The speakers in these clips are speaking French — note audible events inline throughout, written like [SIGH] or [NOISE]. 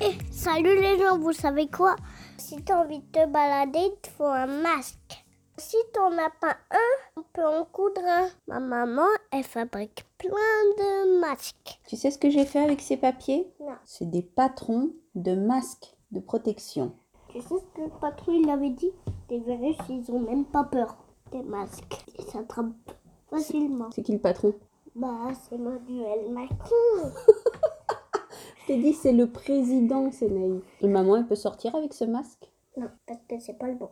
Eh, salut les gens, vous savez quoi Si t'as envie de te balader, il te faut un masque. Si t'en as pas un, on peut en coudre un. Ma maman, elle fabrique plein de masques. Tu sais ce que j'ai fait avec ces papiers Non. C'est des patrons de masques de protection. Tu sais ce que le patron il avait dit Les virus, ils ont même pas peur des masques. Ils s'attrapent facilement. C'est qui le patron Bah, c'est Manuel Macron. Je t'ai dit, c'est le président, c'est naïf. Et maman, elle peut sortir avec ce masque Non, parce que c'est pas le bon.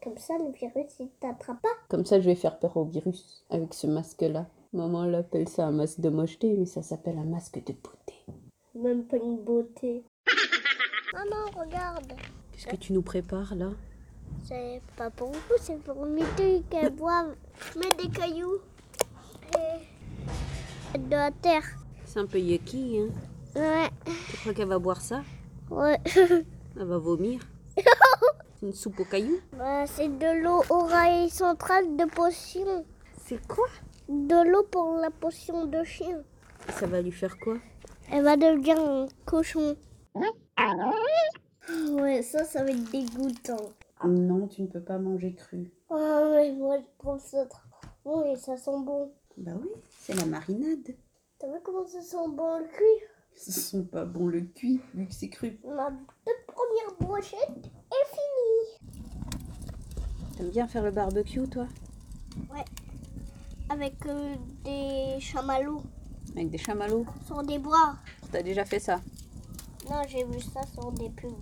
Comme ça, le virus, il t'attrape pas. Comme ça, je vais faire peur au virus avec ce masque-là. Maman, elle appelle ça un masque de mocheté, mais ça s'appelle un masque de beauté. Même pas une beauté. Maman, regarde. Qu'est-ce que tu nous prépares là C'est pas pour vous, c'est pour Mitu [LAUGHS] qu'elle boive. Mets des cailloux. Et de la terre. C'est un peu yucky, hein Ouais, Tu crois qu'elle va boire ça ouais. [LAUGHS] Elle va [LAUGHS] vomir C'est une soupe aux cailloux Bah, c'est de l'eau oreille centrale de potion. C'est quoi De l'eau pour la potion de chien. Ça va lui faire quoi Elle va devenir un cochon. Ouais, ça, ça va être dégoûtant. Non, tu ne peux pas manger cru. Ah ouais, moi, je trouve ça trop bon et ça sent bon. Bah oui, c'est la marinade. T'as vu comment ça sent bon le cuir Ce sont pas bons le cuit, vu que c'est cru. Ma toute première brochette est finie. T'aimes bien faire le barbecue, toi Avec euh, des chamallows Avec des chamallows sur des bois. T'as déjà fait ça Non, j'ai vu ça sur des pubs.